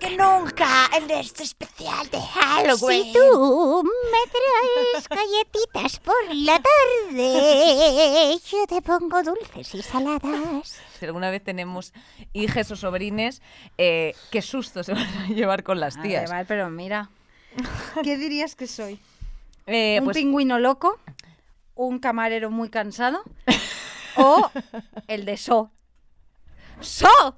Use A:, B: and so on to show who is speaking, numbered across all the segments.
A: que nunca en este especial de Halloween.
B: Si tú me traes galletitas por la tarde, yo te pongo dulces y saladas.
C: Si alguna vez tenemos hijes o sobrines, eh, qué susto se van a llevar con las
D: Vale,
C: tías.
D: Ah, vale, pero mira, ¿qué dirías que soy?
C: Eh,
D: ¿Un
C: pues,
D: pingüino loco? ¿Un camarero muy cansado? ¿O el de So? ¡So!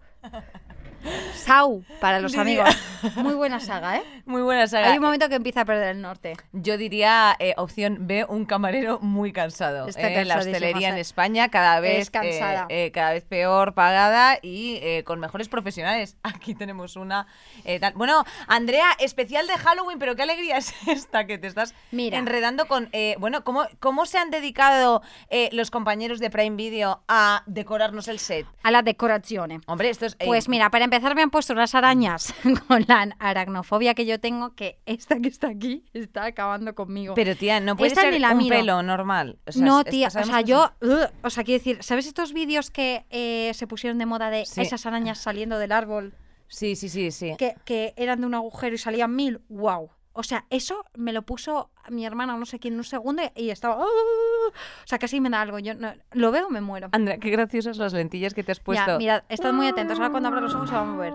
D: Sau, para los
C: Diría-
D: amigos. Muy buena saga, ¿eh?
C: muy buena saga.
D: Hay un momento que empieza a perder el norte.
C: Yo diría eh, opción B, un camarero muy cansado.
D: Está
C: eh, la
D: cansadísimo,
C: hostelería en
D: sí.
C: España cada vez,
D: Es cansada.
C: eh, eh, cada vez peor pagada y eh, con mejores profesionales. Aquí tenemos una. eh, tal. Bueno, Andrea, especial de Halloween, pero qué alegría es esta que te estás
D: Mira.
C: enredando con... eh, bueno, ¿cómo, ¿cómo se han dedicado eh, los compañeros de Prime Video a decorarnos el set?
D: A la decorazione.
C: Hombre, esto es... eh,
D: Pues mira, para empezar me han puesto unas arañas con la aracnofobia que yo tengo, que esta que está aquí está acabando conmigo.
C: Pero tía, no puede
D: Esta
C: ser
D: ni la
C: un
D: miro.
C: pelo normal. O sea,
D: no,
C: esta
D: tía, o
C: sabemos
D: sea,
C: que es un-
D: yo, ugh, o sea, quiero decir, ¿sabes estos vídeos que eh, se pusieron de moda de
C: Sí.
D: esas arañas saliendo del árbol,
C: Sí, sí, sí, sí.
D: que, que eran de un agujero y salían mil? ¡Wow! O sea, eso me lo puso mi hermana, no sé quién, en un segundo y estaba... "Ah". O sea, casi me da algo. Yo no- lo veo, me muero.
C: Andrea, qué graciosas las lentillas que te has
D: Ya,
C: puesto.
D: mirad, estad muy atentos. Ahora cuando abra los ojos se va a mover.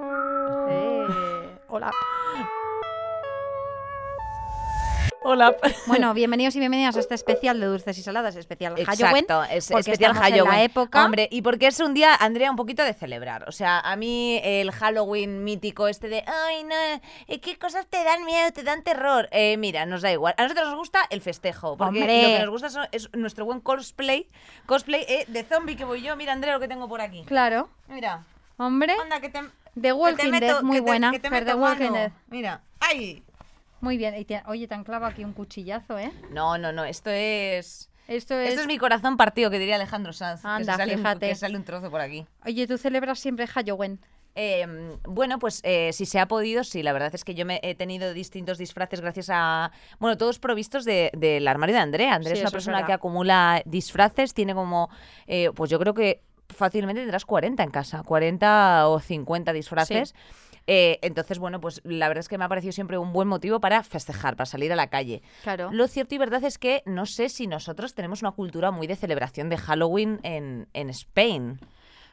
D: Eh, hola.
C: Hola.
D: Bueno, bienvenidos y bienvenidas a este especial de dulces y saladas, especial Halloween.
C: Exacto, es
D: porque
C: especial
D: estamos en
C: Halloween.
D: la época.
C: Hombre, y porque es un día, Andrea, un poquito de celebrar. O sea, a mí el Halloween mítico este de, ay, no, eh, qué cosas te dan miedo, te dan terror. Eh, mira, nos da igual. A nosotros nos gusta el festejo, porque
D: Hombre.
C: lo que nos gusta son- es nuestro buen cosplay, cosplay eh, de zombie que voy yo. Mira, Andrea, lo que tengo por aquí.
D: Claro, ¿Eh?
C: Mira,
D: hombre.
C: anda, que te... que
D: The
C: te
D: Walking
C: meto-
D: Dead, muy
C: que te-
D: buena.
C: que te
D: Fer,
C: meto
D: The Walking
C: mano.
D: Dead.
C: Mira, ay.
D: Muy bien. Y te- oye, te han clavado aquí un cuchillazo, ¿eh?
C: No, no, no, esto es...
D: Esto es...
C: Esto es mi corazón partido, que diría Alejandro Sanz. que
D: Anda,
C: se sale un-
D: fíjate.
C: que sale un trozo por aquí.
D: Oye, tú celebras siempre Halloween.
C: Eh, bueno, pues eh, si se ha podido, sí, la verdad es que yo me he tenido distintos disfraces gracias a. Bueno, todos provistos de- del armario de Andrea. Andrea
D: Sí,
C: es una
D: eso es
C: persona
D: verdad.
C: que acumula disfraces, tiene como. eh, pues yo creo que fácilmente tendrás 40 en casa, 40 o 50 disfraces. Eh, entonces, bueno, pues la verdad es que me ha parecido siempre un buen motivo para festejar, para salir a la calle.
D: Claro.
C: Lo cierto y verdad es que no sé si nosotros tenemos una cultura muy de celebración de Halloween en, en Spain.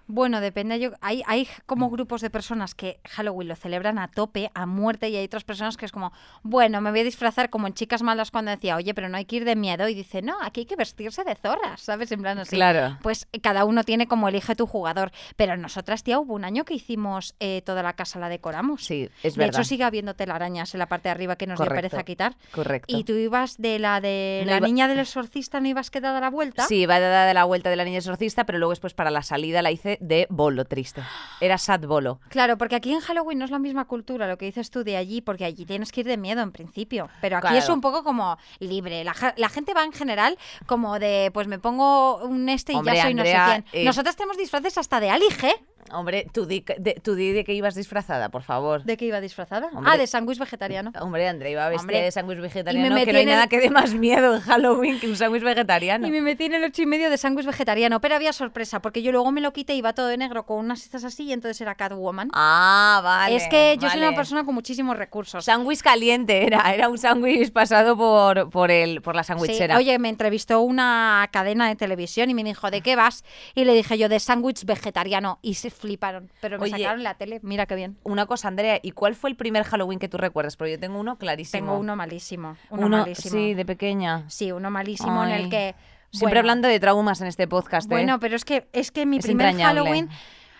D: Bueno, depende. Yo, hay, hay como grupos de personas que Halloween lo celebran a tope, a muerte, y hay otras personas que es como, bueno, me voy a disfrazar como en chicas malas cuando decía, oye, pero no hay que ir de miedo. Y dice, no, aquí hay que vestirse de zorras, ¿sabes? En plan así.
C: Claro.
D: Pues eh, cada uno tiene como elige tu jugador. Pero nosotras, tía, hubo un año que hicimos eh, toda la casa, la decoramos.
C: Sí, es
D: de
C: verdad.
D: hecho, sigue habiendo telarañas en la parte de arriba que nos dio
C: Correcto.
D: pereza quitar.
C: Correcto.
D: Y tú ibas de la de
C: No
D: la
C: iba-
D: niña del exorcista, ¿no ibas que dada la vuelta?
C: Sí, va a dar la vuelta de la niña exorcista, pero luego después para la salida la hice de bolo triste. Era sad bolo.
D: Claro, porque aquí en Halloween no es la misma cultura lo que dices tú de allí, porque allí tienes que ir de miedo en principio. Pero aquí es
C: Claro.
D: un poco como libre. La, ja- la gente va en general como de, pues me pongo un este y
C: Hombre,
D: ya soy no
C: Andrea,
D: sé quién.
C: eh,
D: Nosotras tenemos disfraces hasta de Alige.
C: Hombre, tú di, que- de, tú di de que ibas disfrazada, por favor.
D: ¿De qué iba disfrazada?
C: Hombre.
D: Ah, de sándwich vegetariano.
C: Hombre, Andrea, iba vestida
D: Hombre.
C: de sándwich vegetariano,
D: Y me metí
C: que no hay
D: en el-
C: nada que dé más miedo en Halloween que un sándwich vegetariano.
D: Y me metí en el ocho y medio de sándwich vegetariano, pero había sorpresa, porque yo luego me lo quité y iba todo de negro con unas cestas así y entonces era Catwoman.
C: Ah, vale.
D: es que yo soy una
C: vale.
D: persona con muchísimos recursos.
C: Sándwich caliente era, era un sándwich pasado por, por, el, por la
D: Sí,
C: sándwichera.
D: Oye, me entrevistó una cadena de televisión y me dijo, ¿de qué vas? Y le dije yo, de sándwich vegetariano. Y se fliparon. Pero me
C: Oye.
D: sacaron la tele. Mira qué bien.
C: Una cosa, Andrea, ¿y cuál fue el primer Halloween que tú recuerdas? Porque yo tengo uno clarísimo.
D: Tengo uno malísimo. Uno, malísimo.
C: Sí, de pequeña.
D: Sí, uno malísimo en
C: Ay.
D: el que...
C: Siempre
D: bueno,
C: hablando de traumas en este podcast. ¿eh?
D: Bueno, pero es que, es que mi
C: Es
D: primer
C: entrañable.
D: Halloween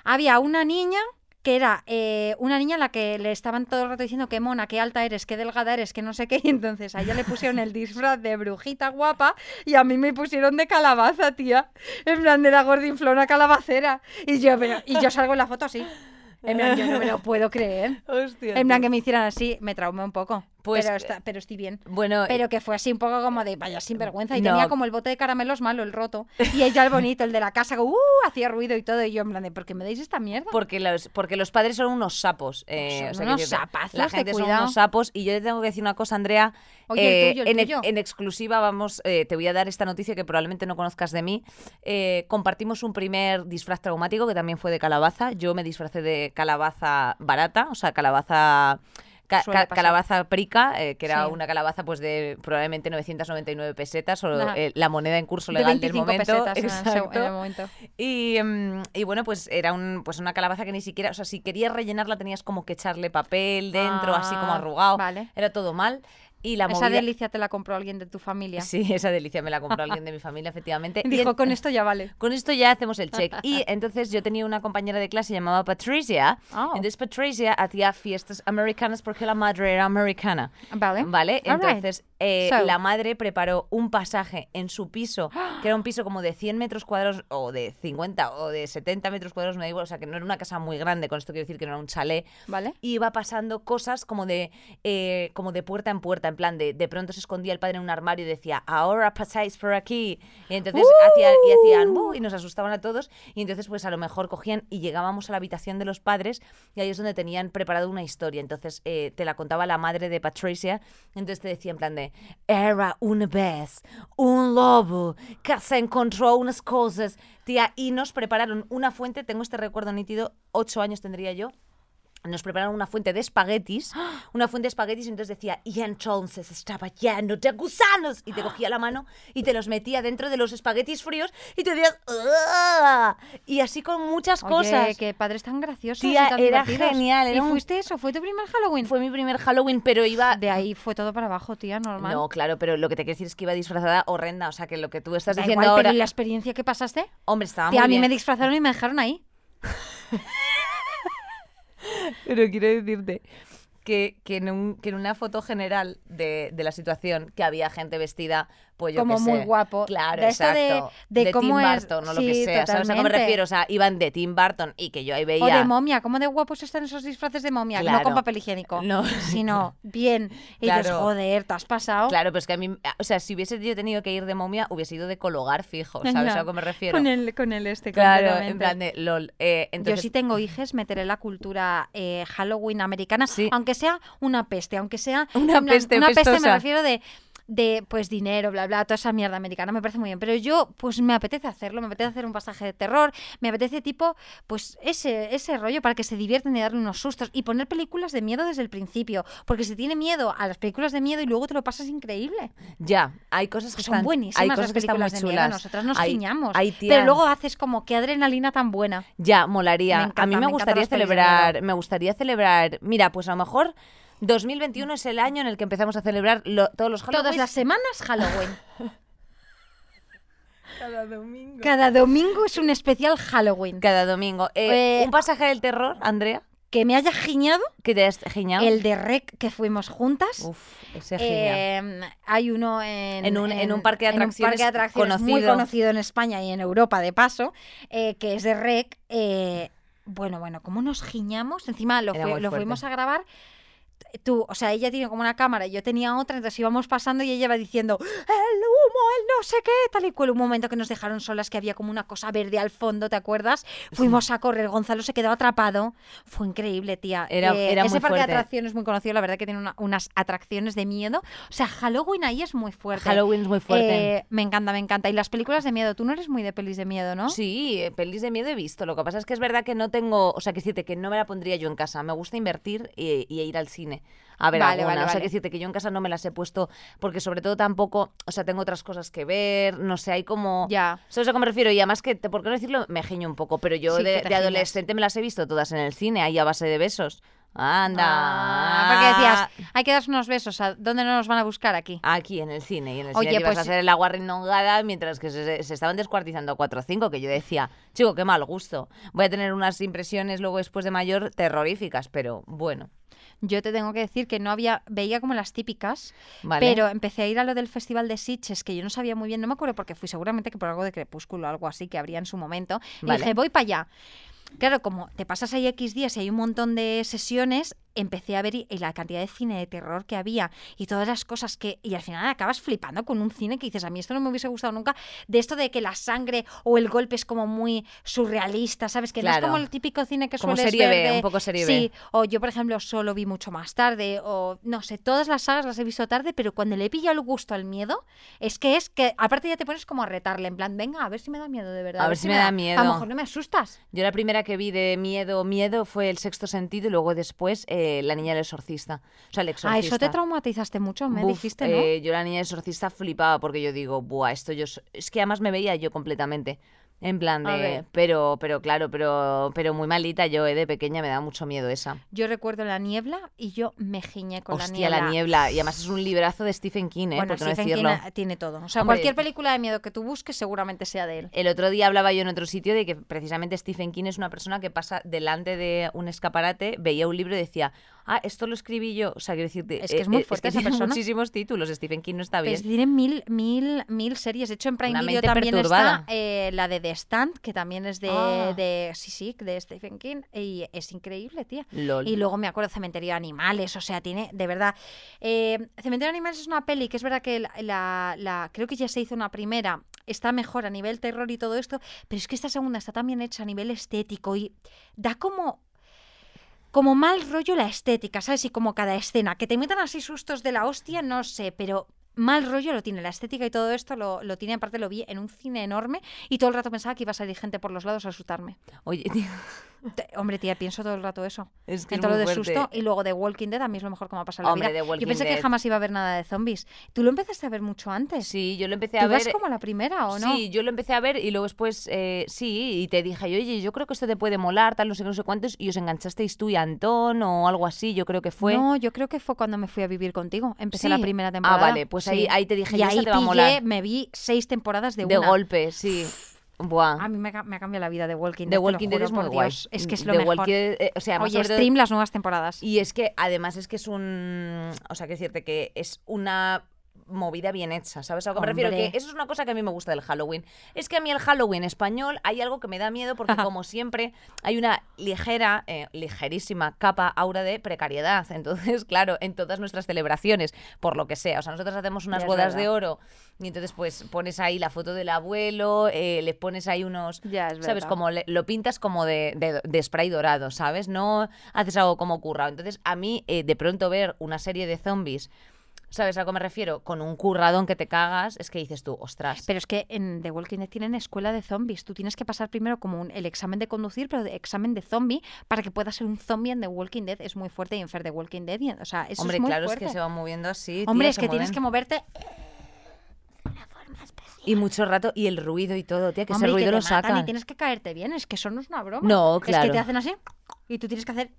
D: había una niña que era eh, una niña a la que le estaban todo el rato diciendo que mona, que alta eres, que delgada eres, que no sé qué, y entonces a ella le pusieron el disfraz de brujita guapa y a mí me pusieron de calabaza, tía, en plan de la gordinflona calabacera. Y yo, pero, y yo salgo en la foto así, en plan, yo no me lo puedo creer.
C: Hostia.
D: En plan que me hicieran así, me traumé un poco.
C: Pues,
D: pero, está- pero estoy bien.
C: Bueno,
D: Pero que fue así un poco como de vaya sinvergüenza. Y
C: No.
D: tenía como el bote de caramelos malo, el roto. Y ella el bonito, el de la casa, como, uh, hacía ruido y todo. Y yo en plan de, ¿por qué me dais esta mierda?
C: Porque los, porque los padres son unos sapos. eh,
D: Pues Son
C: o sea,
D: unos
C: quiero decir,
D: sapazos
C: La
D: de
C: gente son
D: cuidado.
C: unos sapos. Y yo te tengo que decir una cosa, Andrea.
D: Oye, el
C: eh,
D: tuyo, el
C: en, ex-
D: tuyo.
C: en exclusiva, vamos, eh, te voy a dar esta noticia que probablemente no conozcas de mí. Eh, compartimos un primer disfraz traumático que también fue de calabaza. Yo me disfracé de calabaza barata, o sea, calabaza. ca-
D: Suele
C: ca-
D: pasar.
C: calabaza prica, eh, que era
D: Sí.
C: una calabaza pues de probablemente 999 pesetas o
D: Ajá.
C: eh, la moneda en curso
D: de
C: legal del
D: 25
C: momento.
D: pesetas en el seg-
C: Exacto.
D: en el momento.
C: Y, mm, y bueno, pues era un, pues una calabaza que ni siquiera, o sea, si querías rellenarla tenías como que echarle papel dentro, así como
D: Ah,
C: arrugado.
D: vale.
C: Era todo mal. Y la
D: Esa
C: movida-
D: delicia te la compró alguien de tu familia.
C: Sí, esa delicia me la compró alguien de mi familia, efectivamente. Y
D: Dijo,
C: en-
D: con esto ya vale.
C: con esto ya hacemos el check. Y entonces yo tenía una compañera de clase llamada Patricia.
D: Oh.
C: Entonces Patricia hacía fiestas americanas porque la madre era americana.
D: Vale.
C: Vale,
D: All right.
C: entonces eh,
D: So-
C: la madre preparó un pasaje en su piso, que era un piso como de 100 metros cuadrados o de 50 o de 70 metros cuadrados, me da igual, o sea que no era una casa muy grande, con esto quiero decir que no era un chalet.
D: Vale.
C: Y iba pasando cosas como de, eh, como de puerta en puerta, en plan de, de pronto se escondía el padre en un armario y decía, ahora pasáis por aquí. Y entonces hacía- y hacían, "Bu", y nos asustaban a todos. Y entonces pues a lo mejor cogían y llegábamos a la habitación de los padres y ahí es donde tenían preparado una historia. Entonces eh, te la contaba la madre de Patricia. Entonces te decía en plan de, era una vez, un lobo que se encontró unas cosas. Tía, y nos prepararon una fuente, tengo este recuerdo nítido, ocho años tendría yo nos prepararon una fuente de espaguetis, una fuente de espaguetis, y entonces decía, y entonces estaba lleno de gusanos, y te cogía la mano y te los metía dentro de los espaguetis fríos y te decías, "Ugh". y así con muchas
D: Oye,
C: cosas.
D: qué padres tan graciosos
C: Tía,
D: y tan
C: era
D: divertidos.
C: genial,
D: ¿Y
C: era un-
D: fuiste eso? ¿Fue tu primer Halloween?
C: Fue mi primer Halloween, pero iba...
D: De ahí fue todo para abajo, tía, normal.
C: No, claro, pero lo que te quiero decir es que iba disfrazada horrenda, o sea, que lo que tú estás
D: Da
C: diciendo
D: igual, pero
C: ahora...
D: ¿y la experiencia que pasaste?
C: Hombre, estaba
D: Tía,
C: muy
D: a mí
C: bien.
D: me disfrazaron y me dejaron ahí.
C: Pero quiero decirte que, que, en, un- que en una foto general de, de la situación, que había gente vestida, pues yo
D: Como
C: qué
D: muy
C: sé,
D: guardado.
C: Claro,
D: De esto de-
C: exacto.
D: de cómo
C: Tim
D: es-
C: Burton o lo que
D: sí,
C: sea. ¿Sabes a qué me
D: totalmente.
C: refiero? O sea, iban de Tim Burton y que yo ahí veía.
D: O de momia, ¿cómo de guapos están esos disfraces de momia? No
C: Claro.
D: con papel higiénico,
C: No.
D: sino bien. Y dices,
C: Claro.
D: joder, te has pasado.
C: Claro, pero es que a mí, o sea, si hubiese yo tenido que ir de momia, hubiese ido de cologar fijo, ¿sabes a
D: Ya.
C: lo que me refiero?
D: Con el, con el este,
C: claro,
D: completamente.
C: en plan de lol. eh, entonces,
D: Yo si tengo hijas, meteré la cultura eh, Halloween americana,
C: Sí.
D: aunque sea una peste, aunque sea
C: Una peste
D: una peste me
C: pestosa.
D: refiero de de pues dinero, bla bla, toda esa mierda americana, me parece muy bien, pero yo pues me apetece hacerlo, me apetece hacer un pasaje de terror, me apetece tipo pues ese ese rollo para que se divierten y darle unos sustos y poner películas de miedo desde el principio, porque se tiene miedo a las películas de miedo y luego te lo pasas increíble.
C: ya, hay cosas que
D: Son
C: están,
D: buenísimas
C: hay
D: las
C: cosas que están muy
D: películas de miedo,
C: chulas.
D: nosotras nos
C: Hay-
D: piñamos,
C: hay
D: pero
C: tías-
D: luego haces como qué adrenalina tan buena.
C: Ya, molaría.
D: Me
C: a mí me,
D: encanta, me encantan
C: gustaría
D: las pelis de
C: celebrar, me gustaría celebrar, mira, pues a lo mejor 2021 es el año en el que empezamos a celebrar lo- todos los Halloween.
D: Todas las semanas Halloween.
C: cada domingo.
D: Cada domingo es un especial Halloween.
C: Cada domingo. Eh,
D: Eh,
C: un pasaje del terror, Andrea,
D: Que me haya giñado
C: que te has giñado.
D: el de Rec que fuimos juntas.
C: Uf, ese giñado.
D: Eh, hay uno en,
C: En un- en un parque de
D: en un
C: atracciones
D: parque de atracciones muy
C: conocido.
D: conocido en España y en Europa, de paso, eh, que es de Rec. eh, bueno, bueno, ¿cómo nos giñamos? Encima lo,
C: Era
D: fue-
C: muy
D: lo
C: fuerte.
D: fuimos a grabar. Tú, o sea, ella tiene como una cámara y yo tenía otra, entonces íbamos pasando y ella va diciendo, el humo, el no sé qué, tal y cual. Un momento que nos dejaron solas, que había como una cosa verde al fondo, ¿te acuerdas? Fuimos a correr, Gonzalo se quedó atrapado. Fue increíble, tía. Eh,
C: Era- era
D: ese
C: muy
D: parque de
C: fuerte.
D: atracciones muy conocido, la verdad que tiene una- unas atracciones de miedo. O sea, Halloween ahí es muy fuerte.
C: Halloween es muy fuerte.
D: Eh, me encanta, me encanta. Y las películas de miedo, tú no eres muy de pelis de miedo, ¿no?
C: Sí, eh, pelis de miedo he visto. Lo que pasa es que es verdad que no tengo, o sea, que decirte que no me la pondría yo en casa. Me gusta invertir eh, y, y ir al cine a ver
D: Vale,
C: alguna.
D: vale,
C: o sea,
D: vale.
C: que decirte que yo en casa no me las he puesto porque sobre todo tampoco, o sea, tengo otras cosas que ver, no sé, hay como
D: Ya.
C: ¿Sabes a qué me refiero? Y además que, te- por qué no decirlo, me geño un poco, pero yo
D: Sí,
C: de,
D: que te
C: de
D: giñas.
C: adolescente me las he visto todas en el cine, ahí a base de besos. Anda.
D: Ah, porque decías, hay que darse unos besos, ¿a ¿dónde no nos van a buscar aquí?
C: Aquí, en el cine. Y en el
D: Oye,
C: cine que ibas a
D: pues-
C: hacer el agua rinongada mientras que se, se estaban descuartizando a 4 o 5, que yo decía, chico, qué mal gusto. Voy a tener unas impresiones luego después de mayor terroríficas, pero bueno.
D: Yo te tengo que decir que no había, veía como las típicas,
C: Vale.
D: pero empecé a ir a lo del Festival de Sitges, que yo no sabía muy bien, no me acuerdo porque fui seguramente que por algo de Crepúsculo o algo así que habría en su momento.
C: Vale.
D: Y dije, voy para allá. Claro, como te pasas ahí X días y hay un montón de sesiones, empecé a ver y, y la cantidad de cine de terror que había y todas las cosas que... Y al final acabas flipando con un cine que dices, a mí esto no me hubiese gustado nunca, de esto de que la sangre o el golpe es como muy surrealista, ¿sabes? Que no
C: Claro.
D: es como el típico cine que
C: Como
D: sueles
C: serie
D: ver
C: B,
D: de-
C: un poco serie
D: sí,
C: B.
D: o yo, por ejemplo, solo vi mucho más tarde, o no sé, todas las sagas las he visto tarde, pero cuando le he pillado el gusto al miedo, es que es que aparte ya te pones como a retarle, en plan, venga, a ver si me da miedo de verdad.
C: A ver si me da miedo.
D: A lo mejor no me asustas.
C: Yo la primera que vi de miedo, miedo fue El sexto sentido y luego después eh, La niña del exorcista. O sea, el exorcista.
D: Ah, eso te traumatizaste mucho, me
C: Buf,
D: dijiste, ¿no?
C: eh, yo la niña del exorcista flipaba porque yo digo, buah, esto yo... so-". Es que además me veía yo completamente. En plan
D: A
C: de...
D: ver.
C: Pero, pero claro, pero, pero muy malita yo, eh, de pequeña me da mucho miedo esa.
D: Yo recuerdo la niebla y yo me giñé con
C: Hostia,
D: la niebla.
C: la niebla. Y además es un librazo de Stephen King, ¿eh?
D: Bueno,
C: ¿Por qué no
D: Stephen King
C: decirlo?
D: eh, tiene todo. O sea,
C: Hombre.
D: cualquier película de miedo que tú busques seguramente sea de él.
C: El otro día hablaba yo en otro sitio de que precisamente Stephen King es una persona que pasa delante de un escaparate, veía un libro y decía, ah, esto lo escribí yo. O sea, quiero decirte.
D: Es que es muy
C: eh, eh,
D: fuerte esa
C: tiene
D: persona.
C: muchísimos títulos. Stephen King no está
D: Pero
C: bien.
D: es que tiene mil, mil, mil series. De hecho, en Prime
C: Una
D: Video
C: mente
D: también
C: perturbada.
D: está eh, la de The Stand, que también es de,
C: Ah.
D: de- sí, sí, de Stephen King. Y es increíble, tía.
C: LOL.
D: Y luego me acuerdo Cementerio de Animales, o sea, tiene, de verdad. eh, Cementerio de Animales es una peli que es verdad que la, la- la- creo que ya se hizo una primera, está mejor a nivel terror y todo esto, pero es que esta segunda está también hecha a nivel estético y da como como mal rollo la estética, ¿sabes? Y como cada escena, que te metan así sustos de la hostia, no sé, pero mal rollo lo tiene la estética y todo esto lo, lo tiene, aparte lo vi en un cine enorme y todo el rato pensaba que iba a salir gente por los lados a asustarme.
C: Oye, tío,
D: Te- Hombre, tía, pienso todo el rato eso.
C: es que
D: en
C: es
D: todo lo
C: muy
D: de
C: fuerte.
D: susto y luego de Walking Dead a mí es lo mejor que me ha pasado en la
C: Hombre,
D: vida.
C: The Walking
D: Yo pensé
C: Dead.
D: que jamás iba a ver nada de zombies. Tú lo empezaste a ver mucho antes.
C: Sí, yo lo empecé a
D: Tú
C: ver.
D: vas como a la primera, ¿o no?
C: Sí, yo lo empecé a ver y luego después eh, sí, y te dije, yo, oye, yo creo que esto te puede molar, tal, no sé qué, no sé cuántos, y os enganchasteis tú y Antón o algo así, yo creo que fue.
D: No, yo creo que fue cuando me fui a vivir contigo. Empecé
C: Sí.
D: la primera
C: Ah,
D: temporada.
C: vale, pues ahí- ahí te dije,
D: y
C: "Ya,
D: ahí
C: esta te va a
D: pillé,
C: molar".
D: me vi seis temporadas de,
C: de
D: una.
C: golpe, sí. Buah.
D: A mí me, ca- me ha cambiado la vida de Walking Dead.
C: The
D: te lo
C: Walking Dead
D: juro,
C: es muy
D: por
C: guay.
D: Dios. Es que es lo
C: The
D: mejor.
C: Walking Dead, eh, o sea, además,
D: Oye,
C: sobre todo-
D: stream las nuevas temporadas.
C: Y es que además es que es un. O sea, que decirte que es una movida bien hecha, ¿sabes? A lo que me refiero
D: Hombre.
C: que eso es una cosa que a mí me gusta del Halloween. Es que a mí el Halloween español hay algo que me da miedo porque como siempre hay una ligera, eh, ligerísima capa aura de precariedad. Entonces, claro, en todas nuestras celebraciones, por lo que sea, o sea, nosotros hacemos unas
D: Ya es
C: bodas de
D: verdad.
C: oro y entonces pues pones ahí la foto del abuelo, eh, le pones ahí unos
D: Ya, es
C: ¿Sabes?
D: verdad.
C: Como le- lo pintas como de, de- de spray dorado, ¿sabes? No haces algo como currado. Entonces, a mí, eh, de pronto ver una serie de zombies, ¿sabes a lo que me refiero? Con un curradón que te cagas, es que dices tú, ostras.
D: Pero es que en The Walking Dead tienen escuela de zombies. Tú tienes que pasar primero como un- el examen de conducir, pero de examen de zombie, para que puedas ser un zombie en The Walking Dead. Es muy fuerte y en Fear The Walking Dead. y en- o sea, eso
C: Hombre,
D: es muy
C: claro,
D: fuerte.
C: es que se van moviendo así.
D: Hombre,
C: tía,
D: es
C: se
D: que tienes que
C: mueven.
D: moverte.
C: Y mucho rato, y el ruido y todo, tía, que
D: hombre, y
C: ese ruido
D: que
C: lo
D: te matan
C: sacan.
D: Y tienes que caerte bien. Es que eso no es una broma.
C: No,
D: Es
C: claro.
D: que te hacen así y tú tienes que hacer.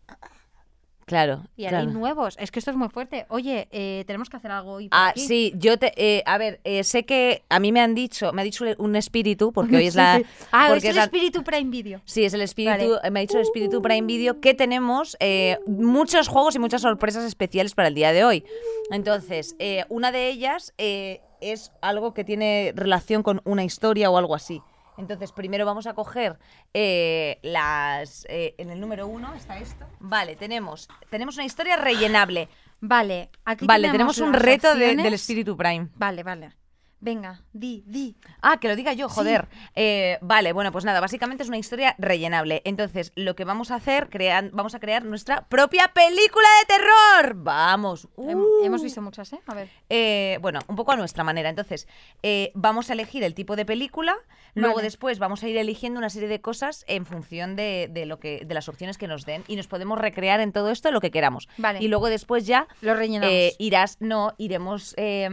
C: Claro.
D: Y ahí
C: claro.
D: nuevos. Es que esto es muy fuerte. Oye, eh, tenemos que hacer algo. hoy por
C: Ah,
D: aquí.
C: sí, yo te. eh, a ver, eh, sé que a mí me han dicho, me ha dicho un espíritu, porque hoy es la.
D: Ah,
C: porque
D: es el
C: la-
D: espíritu Prime Video.
C: Sí, es el espíritu,
D: Vale.
C: eh, me ha dicho el espíritu Prime Video que tenemos eh, muchos juegos y muchas sorpresas especiales para el día de hoy. Entonces, eh, una de ellas eh, es algo que tiene relación con una historia o algo así. Entonces, primero vamos a coger eh, las... eh, en el número uno está esto. Vale, tenemos, tenemos una historia rellenable.
D: Vale, aquí
C: vale, tenemos un
D: las
C: reto de- del
D: opciones.
C: espíritu Prime.
D: Vale, vale. Venga, di, di.
C: Ah, que lo diga yo, joder. Eh, vale, bueno, pues nada, básicamente es una historia rellenable. Entonces, lo que vamos a hacer, crean, vamos a crear nuestra propia película de terror. Vamos.
D: Hem-
C: Uh.
D: Hemos visto muchas, ¿eh? A ver.
C: Eh, bueno, un poco a nuestra manera. Entonces, eh, vamos a elegir el tipo de película, luego
D: Vale.
C: después vamos a ir eligiendo una serie de cosas en función de, de lo que, de las opciones que nos den y nos podemos recrear en todo esto lo que queramos.
D: Vale.
C: Y luego después ya
D: Lo rellenamos.
C: eh, irás, no, iremos eh,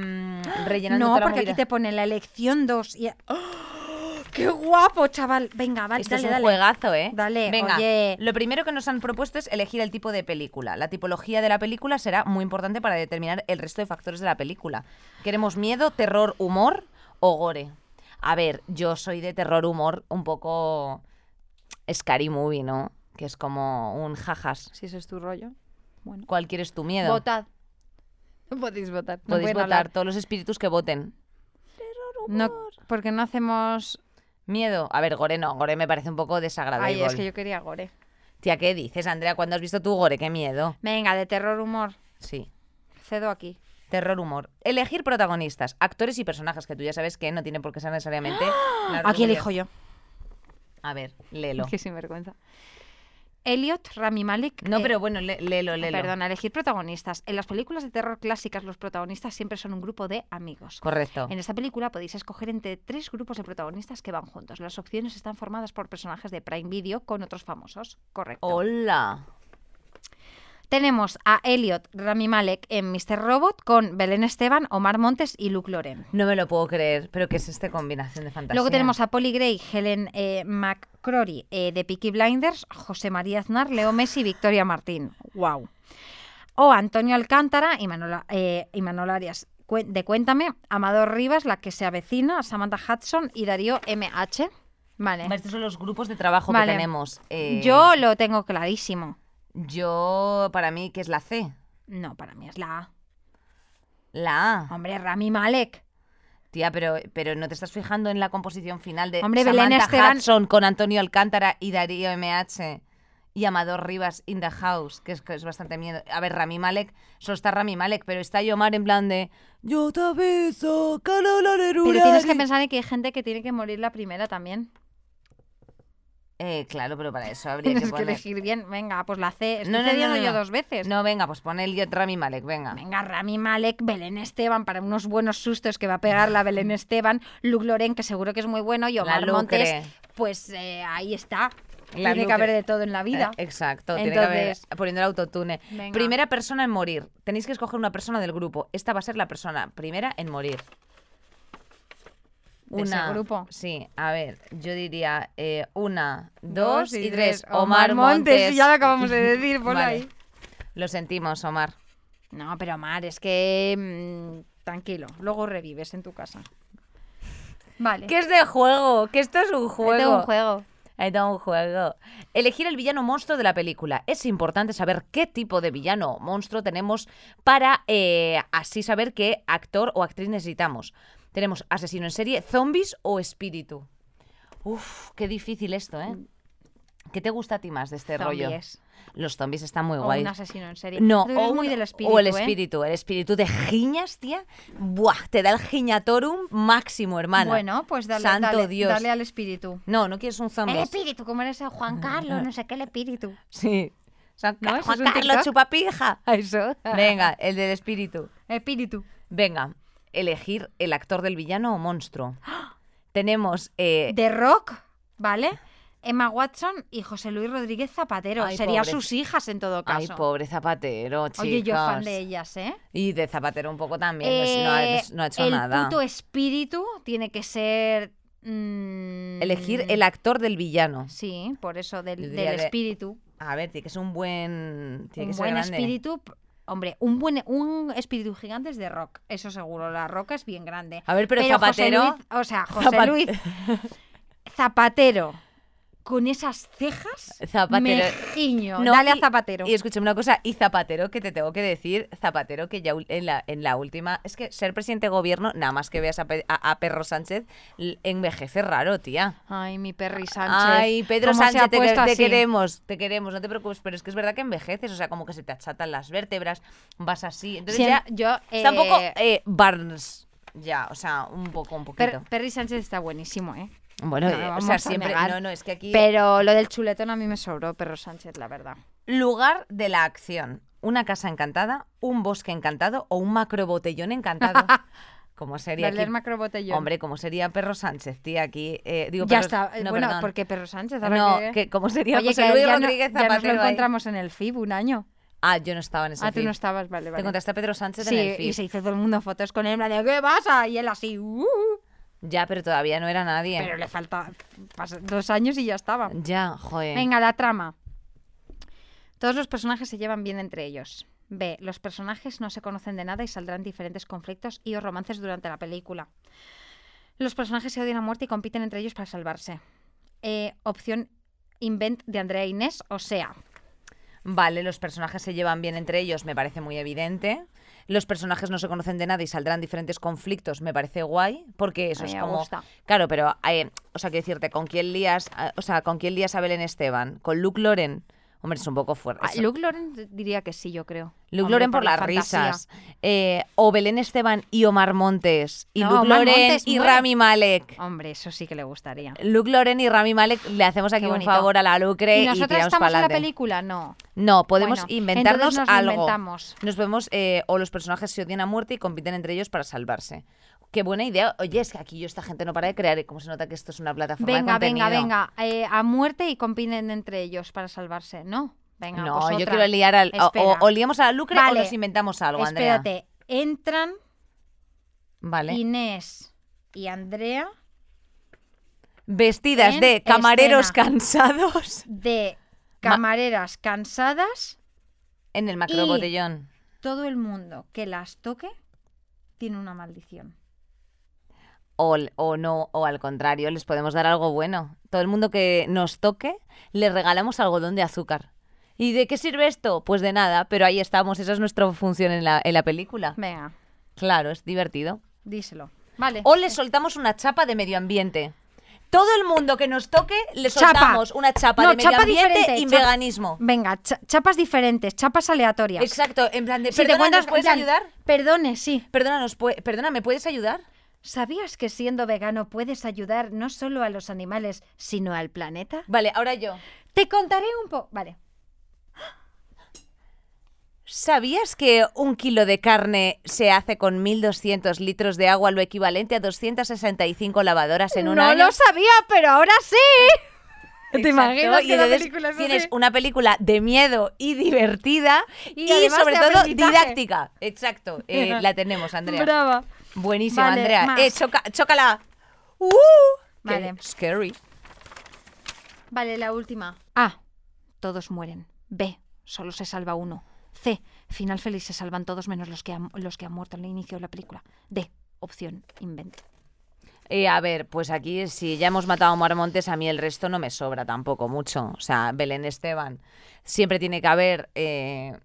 C: rellenando.
D: no,
C: toda la
D: porque aquí
C: movida.
D: te pone la elección 2 y... ¡Oh! Este ¡Qué guapo, chaval! Venga, vale,
C: Esto
D: Ah, dale,
C: es un
D: dale.
C: juegazo, ¿eh?
D: Dale,
C: Venga,
D: oye.
C: lo primero que nos han propuesto es elegir el tipo de película. La tipología de la película será muy importante para determinar el resto de factores de la película. ¿Queremos miedo, terror, humor o gore? A ver, yo soy de terror, humor, un poco scary movie, ¿no? Que es como un jajas.
D: Si ese es tu rollo. Bueno.
C: ¿Cuál quieres tu miedo?
D: Votad. Podéis votar. No
C: Podéis
D: pueden
C: votar
D: hablar.
C: todos los espíritus que voten.
D: No, porque no hacemos...
C: Miedo. A ver, gore no. Gore me parece un poco desagradable.
D: Ay, es que yo quería gore.
C: Tía, ¿qué dices, Andrea? ¿Cuándo has visto tu gore? ¡Qué miedo!
D: Venga, de terror humor.
C: Sí.
D: Cedo aquí.
C: Terror humor. Elegir protagonistas, actores y personajes que tú ya sabes que no tienen por qué ser necesariamente. la rubia.
D: Aquí ¡Ah! elijo yo.
C: A ver, léelo.
D: Qué sinvergüenza. Elliot Rami Malek.
C: No,
D: eh,
C: pero bueno, lé- léelo, léelo.
D: Perdona, elegir protagonistas. En las películas de terror clásicas, los protagonistas siempre son un grupo de amigos.
C: Correcto.
D: En esta película podéis escoger entre tres grupos de protagonistas que van juntos. Las opciones están formadas por personajes de Prime Video con otros famosos. Correcto.
C: Hola.
D: Tenemos a Elliot Rami Malek en Mr. Robot con Belén Esteban, Omar Montes y Luke Loren.
C: No me lo puedo creer, pero ¿qué es esta combinación de fantasía?
D: Luego tenemos a Polly Gray, Helen eh, McCrory eh, de Peaky Blinders, José María Aznar, Leo Messi y Victoria Martín. ¡Wow! O Antonio Alcántara y Manola, eh, y Manolo Arias Cuen- de Cuéntame, Amador Rivas, La que se avecina, Samantha Hudson y Darío MH. Vale.
C: Vale, Estos son los grupos de trabajo
D: Vale.
C: que tenemos. Eh,
D: Yo lo tengo clarísimo.
C: Yo, para mí, que es la C.
D: No, para mí es la A.
C: La A.
D: Hombre, Rami Malek.
C: Tía, pero, pero no te estás fijando en la composición final de
D: Hombre,
C: Samantha
D: Belén Esteban-
C: Hudson con Antonio Alcántara y Darío MH y Amador Rivas in the house, que es, que es bastante miedo. A ver, Rami Malek, solo está Rami Malek, pero está Yomar en plan de Yo te aviso, que no la
D: Pero
C: lerura
D: tienes que
C: de-".
D: pensar en que hay gente que tiene que morir la primera también.
C: Eh, claro, pero para eso habría que
D: Tienes que
C: poner...
D: elegir bien. Venga, pues la C. Estoy
C: No, no, no,
D: cediendo
C: no,
D: yo
C: no.
D: dos veces.
C: No, venga, pues pon el Rami Malek, venga.
D: Venga, Rami Malek, Belén Esteban para unos buenos sustos que va a pegar la Belén Esteban, Luke Loren, que seguro que es muy bueno, y Omar
C: Lucre.
D: Montes, pues eh, ahí está.
C: La
D: Tiene que
C: Lucre.
D: haber de todo en la vida.
C: Eh, exacto, tiene que haber-
D: Entonces-
C: poniendo el autotune.
D: Venga.
C: Primera persona en morir. Tenéis que escoger una persona del grupo. Esta va a ser la persona primera en morir.
D: ¿De ese grupo?
C: Sí, a ver, yo diría eh, una, dos,
D: Dos y
C: y tres.
D: tres.
C: Omar,
D: Omar Montes,
C: Montes.
D: ya lo acabamos de decir, ponlo ahí.
C: Lo sentimos, Omar.
D: No, pero Omar, es que mm, tranquilo, luego revives en tu casa. Vale.
C: Que es de juego, que esto es un juego.
D: Eh. Tengo un juego.
C: Ahí tengo un juego. Elegir el villano monstruo de la película. Es importante saber qué tipo de villano o monstruo tenemos para eh, así saber qué actor o actriz necesitamos. Tenemos asesino en serie, zombies o espíritu. Uf, qué difícil esto, ¿eh? ¿Qué te gusta a ti más de este
D: Mm. Zombies.
C: rollo? Los zombies están muy
D: O
C: guays.
D: un asesino en serie.
C: No,
D: Tú eres
C: o,
D: muy
C: un-
D: del espíritu.
C: o el
D: ¿eh?
C: espíritu. El espíritu de giñas, tía. Buah, te da el giñatorum máximo, hermana.
D: Bueno, pues dale,
C: Santo
D: dale,
C: Dios.
D: dale al espíritu.
C: No, no quieres un
B: El
C: zombie.
B: espíritu, como eres el Juan Carlos, no sé qué, el espíritu.
C: Sí. San
D: ¿No? ¿Eso
C: Juan
D: es un
C: Carlos
D: TikTok?
C: Chupapija.
D: Eso.
C: Venga, el del espíritu.
D: Espíritu.
C: Venga, elegir el actor del villano o monstruo. Tenemos. eh,
D: de rock, ¿vale? Emma Watson y José Luis Rodríguez Zapatero.
C: Ay,
D: Serían
C: pobre.
D: sus hijas en todo caso.
C: Ay, pobre Zapatero, chicos.
D: Oye, yo fan de ellas, ¿eh?
C: Y de Zapatero un poco también, pues, no, ha-
D: Eh,
C: pues, no ha hecho
D: el
C: nada.
D: puto espíritu tiene que ser. mm,
C: Elegir el actor del villano.
D: Sí, por eso,
C: Yo
D: del,
C: diría
D: del
C: que-
D: espíritu.
C: A ver, tiene que ser un buen. Tiene
D: Un
C: que ser
D: buen
C: grande.
D: espíritu. p- Hombre, un buen un espíritu gigante es de rock, eso seguro. La roca es bien grande.
C: A ver, pero
D: José
C: Zapatero-
D: Luis- o sea, José
C: Zapat-
D: Luis Zapatero con esas cejas.
C: Zapatero.
D: Mejiño.
C: No,
D: Dale a
C: y-
D: Zapatero.
C: Y escúchame una cosa, y Zapatero, que te tengo que decir, Zapatero, que ya ul- en la, en la última, es que ser presidente de gobierno, nada más que veas a, Pe- a- a Perro Sánchez, l- envejece raro, tía.
D: Ay, mi Perry Sánchez.
C: Ay, Pedro
D: ¿Cómo se ha
C: Sánchez, te, que-
D: puesto
C: te
D: así?
C: queremos, te queremos, no te preocupes, pero es que es verdad que envejeces, o sea, como que se te achatan las vértebras, vas así. Entonces
D: Siem-
C: ya
D: yo,
C: está un poco
D: eh,
C: eh, Barnes, ya, o sea, un poco, un
D: Per-
C: poquito.
D: Perry Sánchez está buenísimo, ¿eh?
C: bueno,
D: no
C: eh,
D: lo
C: o
D: vamos
C: sea,
D: a
C: siempre,
D: negar,
C: no, no, es que aquí...
D: Pero lo del chuletón a mí me sobró, Perro Sánchez, la verdad.
C: Lugar de la acción. Una casa encantada, un bosque encantado o un macrobotellón encantado. ¿Cómo sería
D: Dale
C: aquí?
D: el macrobotellón.
C: Hombre, ¿cómo sería Perro Sánchez, tía? Aquí, eh, digo,
D: ya
C: Perro-
D: está. eh,
C: no,
D: bueno,
C: perdón.
D: porque Perro Sánchez ahora
C: No,
D: que-
C: que ¿cómo sería
D: Oye,
C: José
D: que
C: Luis
D: ya no-
C: Rodríguez
D: ya nos
C: Zapatero
D: lo
C: ahí?
D: encontramos en el FIB un año.
C: Ah, yo no estaba en ese
D: Ah, tú
C: feed.
D: no estabas, vale,
C: Te
D: vale.
C: encontraste a Pedro Sánchez
D: Sí,
C: en el feed.
D: y se hizo todo el mundo fotos con él, en plan de, ¿qué pasa? Y él así, "Uh".
C: Ya, pero todavía no era nadie.
D: Pero le falta pas- dos años y ya estaba.
C: Ya, joder.
D: Venga, la trama. Todos los personajes se llevan bien entre ellos. B. Los personajes no se conocen de nada y saldrán diferentes conflictos y o romances durante la película. Los personajes se odian a muerte y compiten entre ellos para salvarse. Eh, opción invent de Andrea e Inés, o sea,
C: Vale, los personajes se llevan bien entre ellos, me parece muy evidente. Los personajes no se conocen de nada y saldrán diferentes conflictos, me parece guay, porque eso
D: A mí
C: es
D: me
C: como...
D: gusta.
C: Claro, eh, pero, eh, o sea, quiero decirte, ¿con quién lías, a- o sea, ¿con quién lías a Belén Esteban? ¿Con Luke Loren? Hombre, es un poco fuerte.
D: Ah,
C: eso.
D: Luke Loren diría que sí, yo creo.
C: Luke
D: Hombre,
C: Loren por,
D: la
C: las
D: fantasía.
C: risas. Eh, o Belén Esteban y Omar Montes. Y
D: No,
C: Luke
D: Omar
C: Loren
D: Montes
C: y
D: muere.
C: Rami Malek.
D: Hombre, eso sí que le gustaría.
C: Luke Loren y Rami Malek le hacemos aquí un
D: bonito.
C: favor a la Lucre
D: ¿Y
C: y,
D: nosotras
C: tiramos
D: estamos en la
C: pa'lante.
D: película? No.
C: No, podemos
D: Bueno,
C: inventarnos
D: entonces nos lo
C: algo.
D: inventamos.
C: Nos vemos, eh, o los personajes se odian a muerte y compiten entre ellos para salvarse. Qué buena idea. Oye, es que aquí yo esta gente no para de crear, y como se nota que esto es una plataforma
D: Venga,
C: de contenido.
D: venga, venga. eh, a muerte y compiten entre ellos para salvarse. No. Venga,
C: No,
D: pues
C: yo
D: otra.
C: quiero liar al. o- O,
D: Espera.
C: o liamos a la Lucre
D: Vale.
C: o nos inventamos algo, Andrea.
D: Espérate. Entran
C: Vale.
D: Inés y Andrea
C: Vestidas
D: en
C: de camareros
D: escena.
C: cansados
D: de
C: Ma-
D: camareras cansadas.
C: en el macro
D: Y-
C: botellón.
D: Todo el mundo que las toque tiene una maldición.
C: O, l- o no, o al contrario, les podemos dar algo bueno. Todo el mundo que nos toque, le regalamos algodón de azúcar. ¿Y de qué sirve esto? Pues de nada, pero ahí estamos, esa es nuestra función en la, en la película.
D: Venga,
C: Claro, es divertido.
D: díselo. Vale.
C: O le soltamos una chapa de medio ambiente. Todo el mundo que nos toque, le
D: Chapa.
C: soltamos una chapa
D: No,
C: de medio
D: chapa
C: ambiente
D: diferente,
C: y
D: chapa-
C: veganismo.
D: Venga, cha- chapas diferentes, chapas aleatorias.
C: Exacto, en plan de...
D: Si te
C: "Perdona,
D: cuentas,
C: ¿nos puedes
D: Jan,
C: ayudar?
D: Perdone, sí.
C: Perdona, ¿nos pue- perdona, ¿me puedes ayudar?
D: ¿Sabías que siendo vegano puedes ayudar no solo a los animales, sino al planeta?
C: Vale, ahora yo.
D: Te contaré un poco. Vale.
C: ¿Sabías que un kilo de carne se hace con 1.200 litros de agua, lo equivalente a 265 lavadoras en un
D: no
C: año?
D: lo sabía, pero ahora sí. ¿Te
C: Exacto,
D: imaginas
C: y
D: que la
C: entonces
D: película es
C: Tienes
D: así?
C: una película de miedo y divertida
D: Y
C: y,
D: además
C: sobre
D: de
C: todo
D: aprendizaje.
C: didáctica. Exacto, eh, la tenemos, Andrea.
D: Brava.
C: Buenísima,
D: Vale,
C: Andrea.
D: más.
C: Eh, choca- chócala. ¡Uh! Qué
D: Vale.
C: Scary.
D: Vale, la última. A. Todos mueren. B. Solo se salva uno. C. Final feliz se salvan todos menos los que han, los que han muerto al inicio de la película. D. Opción invento.
C: Eh, a ver, pues aquí si ya hemos matado a Omar Montes, a mí el resto no me sobra tampoco mucho. O sea, Belén Esteban. Siempre tiene que haber eh,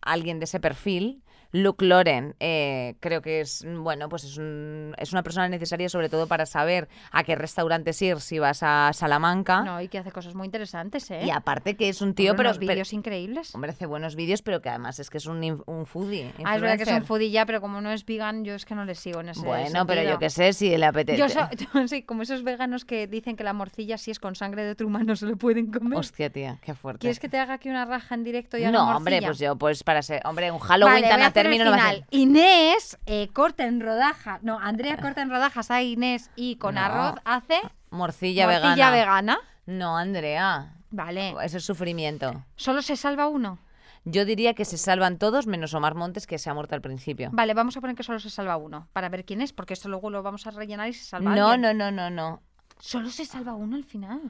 C: alguien de ese perfil. Luke Loren, eh, creo que es, mm, bueno, pues es, un- es una persona necesaria sobre todo para saber a qué restaurantes ir si vas a Salamanca.
D: Ah. No, y que hace cosas muy interesantes, ¿eh?
C: Y aparte que es un tío,
D: Hombre,
C: pero,
D: unos
C: pero-
D: vídeos increíbles.
C: hombre, hace buenos vídeos, pero que además es que es un, inf- un foodie.
D: Ah, es verdad que es un
C: influencer.
D: foodie ya, pero como no es vegan, yo es que no le sigo en ese
C: Bueno, pero yo
D: sentido.
C: qué sé si le apetece.
D: Yo so- yo sí, como esos veganos que dicen que la morcilla si es con sangre de otro humano se lo pueden comer.
C: Hostia, tía, qué fuerte.
D: ¿Quieres que te haga aquí una raja en directo y haga
C: No,
D: morcilla?
C: hombre, pues yo, pues para ser. Hombre, un Halloween
D: Vale,
C: tan
D: voy a
C: a
D: hacer el
C: término no va a
D: final.
C: ser-
D: Inés eh, corta en rodajas. No, Andrea corta en rodajas a Inés y con
C: No.
D: arroz hace
C: Morcilla,
D: morcilla
C: vegana.
D: vegana.
C: No, Andrea.
D: Vale.
C: Eso es sufrimiento.
D: Solo se salva uno.
C: Yo diría que se salvan todos menos Omar Montes, que se ha muerto al principio.
D: Vale, vamos a poner que solo se salva uno para ver quién es, porque esto luego lo vamos a rellenar y se salva
C: No,
D: alguien.
C: no, no, no, no.
D: Solo se salva uno al final.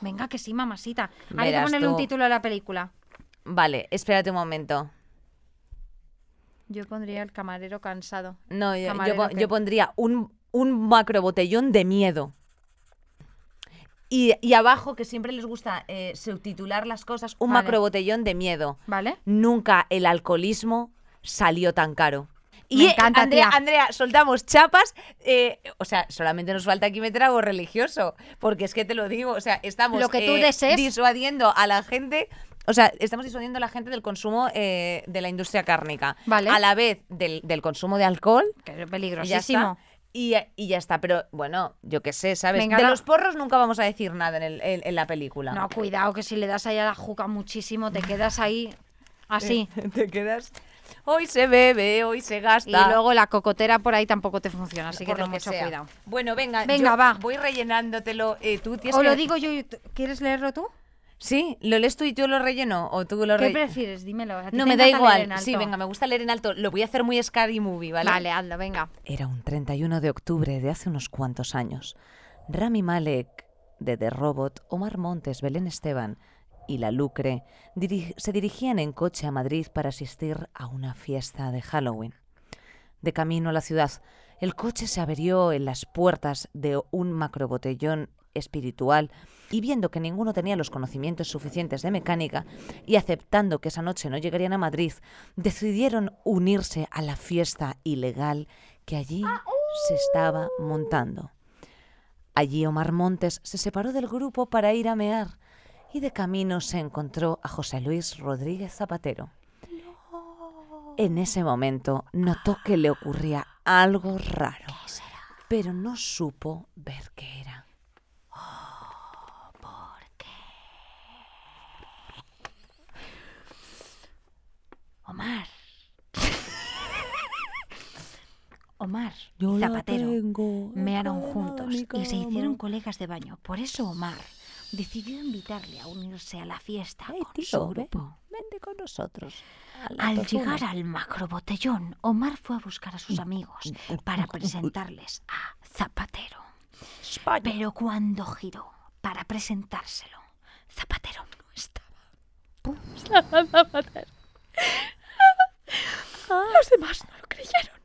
D: Venga, que sí, mamasita. Hay que
C: Verás
D: ponerle un
C: tú.
D: título a la película.
C: Vale, espérate un momento.
D: Yo pondría el camarero cansado.
C: No, yo, yo
D: Camarero,
C: pon-
D: ¿qué?
C: yo pondría un, un macro botellón de miedo. Y, y abajo, que siempre les gusta eh, subtitular las cosas, un
D: Vale.
C: macro botellón de miedo.
D: ¿Vale?
C: nunca el alcoholismo salió tan caro.
D: Me
C: Y eh,
D: encanta,
C: Andrea,
D: tía.
C: Andrea, soltamos chapas. eh, o sea, solamente nos falta aquí meter algo religioso. Porque es que te lo digo, o sea, estamos eh,
D: Lo que tú desees.
C: disuadiendo a la gente. O sea, estamos disuadiendo a la gente del consumo eh, de la industria cárnica.
D: Vale.
C: A la vez del, del consumo de alcohol.
D: Que
C: Y
D: es
C: ya, está,
D: peligrosísimo.
C: y, y ya está. Pero bueno, yo qué sé, ¿sabes?
D: Venga,
C: de
D: no.
C: los porros nunca vamos a decir nada en, el- en- en la película.
D: No, cuidado, que si le das ahí a la juca muchísimo, te quedas ahí así.
C: Te quedas. Hoy se bebe, hoy se gasta.
D: Y luego la cocotera por ahí tampoco te funciona, así que
C: por lo
D: ten mucho
C: sea.
D: cuidado.
C: Bueno, venga,
D: Venga,
C: yo
D: va.
C: voy rellenándotelo. eh, tú tienes
D: O
C: que-
D: lo digo yo, y tú- ¿quieres leerlo tú?
C: Sí, lo lees tú y yo lo relleno. O tú lo
D: ¿Qué
C: re-
D: prefieres? Dímelo. a ti
C: No,
D: te
C: me da
D: encanta leer
C: igual.
D: en
C: Sí,
D: alto.
C: venga, me gusta leer en alto. Lo voy a hacer muy Scary Movie, ¿vale?
D: Vale, hazlo, venga.
C: Era un 31 de octubre de hace unos cuantos años. Rami Malek, de The Robot, Omar Montes, Belén Esteban y La Lucre diri- se dirigían en coche a Madrid para asistir a una fiesta de Halloween. De camino a la ciudad, el coche se averió en las puertas de un macrobotellón espiritual y viendo que ninguno tenía los conocimientos suficientes de mecánica y aceptando que esa noche no llegarían a Madrid, decidieron unirse a la fiesta ilegal que allí se estaba montando. Allí Omar Montes se separó del grupo para ir a mear y de camino se encontró a José Luis Rodríguez Zapatero. En ese momento notó que le ocurría algo raro, pero no supo ver qué era.
D: Omar. Omar
C: Yo
D: y
C: la
D: Zapatero
C: tengo
D: mearon
C: enredada en
D: juntos
C: mi
D: y se hicieron
C: cama.
D: colegas de baño. Por eso Omar decidió invitarle a unirse a la fiesta
C: Ay,
D: con
C: tío,
D: su
C: ven,
D: grupo.
C: vente con nosotros. a la
D: Al
C: tocuna.
D: llegar al macrobotellón, Omar fue a buscar a sus amigos para presentarles a Zapatero. Pero cuando giró para presentárselo, Zapatero no estaba. Los demás no lo creyeron.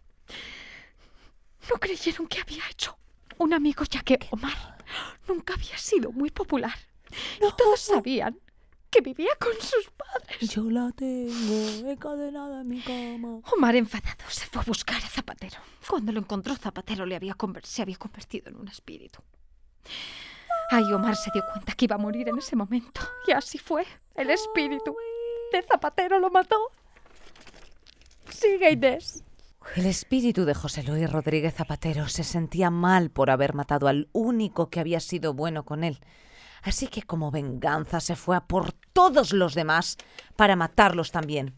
D: No creyeron que había hecho un amigo, ya que Omar nunca había sido muy popular. Y todos sabían que vivía con sus padres.
C: Yo la tengo encadenada en mi cama.
D: Omar enfadado se fue a buscar a Zapatero. Cuando lo encontró, Zapatero le había conver- se había convertido en un espíritu. Ay, Omar se dio cuenta que iba a morir en ese momento. Y así fue. El espíritu de Zapatero lo mató. Sigue Inés.
C: El espíritu de José Luis Rodríguez Zapatero se sentía mal por haber matado al único que había sido bueno con él. Así que como venganza se fue a por todos los demás para matarlos también.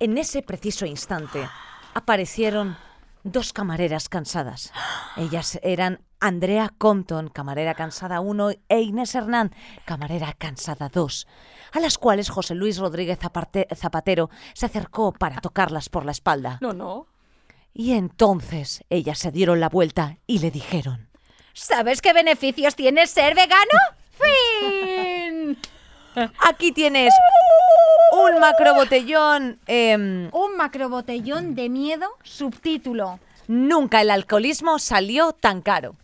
C: En ese preciso instante aparecieron dos camareras cansadas. Ellas eran Andrea Compton, camarera cansada 1, e Inés Hernán, camarera cansada 2, a las cuales José Luis Rodríguez Zaparte- Zapatero se acercó para tocarlas por la espalda.
D: No, no.
C: Y entonces ellas se dieron la vuelta y le dijeron.
D: ¿Sabes qué beneficios tiene ser vegano? ¡Fin!
C: Aquí tienes un macrobotellón. em,
D: Un macrobotellón de miedo, subtítulo.
C: nunca el alcoholismo salió tan caro.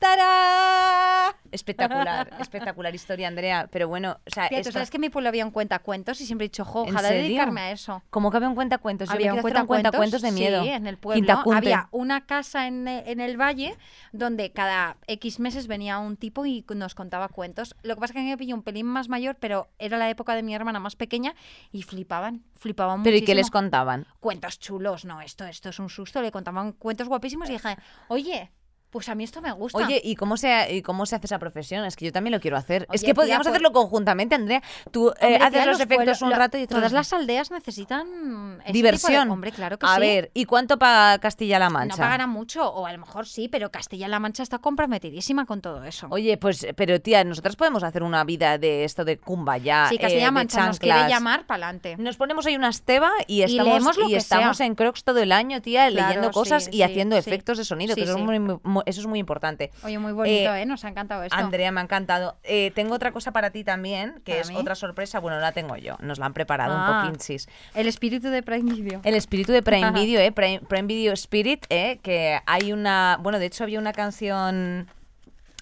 D: ¡Tarán!
C: Espectacular, espectacular historia, Andrea. Pero bueno, o sea,
D: Tía, tú
C: esto-
D: sabes que en mi pueblo había un cuentacuentos y siempre he dicho, jo,
C: ¿En
D: ojalá
C: serio?
D: dedicarme a eso.
C: como que había un cuentacuentos, Pues yo me
D: había un
C: quiero hacer un
D: cuentacuentos,
C: cuentacuentos de miedo.
D: Sí, en el pueblo.
C: Quintacunte.
D: Había una casa en, e- en el valle donde cada X meses venía un tipo y nos contaba cuentos. Lo que pasa es que a mí me pilló un pelín más mayor, pero era la época de mi hermana más pequeña y flipaban, flipaban
C: Pero ¿y
D: muchísimo.
C: qué les contaban?
D: Cuentos chulos, no, esto, esto es un susto. Le contaban cuentos guapísimos y dije, oye, pues a mí esto me gusta.
C: Oye, ¿y cómo, se, ¿y cómo se hace esa profesión? Es que yo también lo quiero hacer. es
D: Oye,
C: que
D: tía,
C: podríamos
D: pues-
C: hacerlo conjuntamente, Andrea. Tú eh,
D: Hombre,
C: haces
D: tía,
C: los, efectos
D: pueblos-
C: un
D: lo-
C: rato y otro
D: Todas
C: rato.
D: las aldeas necesitan... ese tipo de-
C: Diversión.
D: hombre, claro que
C: a
D: sí.
C: ver, ¿y cuánto paga Castilla-La
D: No
C: Mancha?
D: pagará mucho, o a lo mejor sí, pero Castilla-La Mancha está comprometidísima con todo eso.
C: Oye, pues, pero tía, nosotras podemos hacer una vida de esto de cumbaya.
D: si
C: eh,
D: Castilla-La
C: de
D: Mancha nos quiere
C: chanclas.
D: llamar, pa'lante.
C: Nos ponemos ahí una esteba y estamos,
D: leemos lo
C: y
D: que
C: estamos
D: sea.
C: en Crocs todo el año, tía,
D: Claro,
C: leyendo cosas
D: sí,
C: y
D: sí,
C: haciendo
D: sí.
C: efectos de sonido,
D: Sí,
C: que eso,
D: sí.
C: es muy, mu- eso es muy importante.
D: Oye, muy bonito,
C: Eh,
D: ¿eh? Nos ha encantado esto.
C: Andrea, me ha encantado. Eh, tengo otra cosa para ti también, que
D: ¿Para
C: es
D: mí?
C: otra sorpresa. Bueno, no la tengo yo, nos la han preparado
D: Ah.
C: un poquinchis.
D: El espíritu de Prime Video.
C: El espíritu de Prime Video, ¿eh? Prime, Prime Video Spirit, ¿eh? Que hay una... Bueno, de hecho había una canción...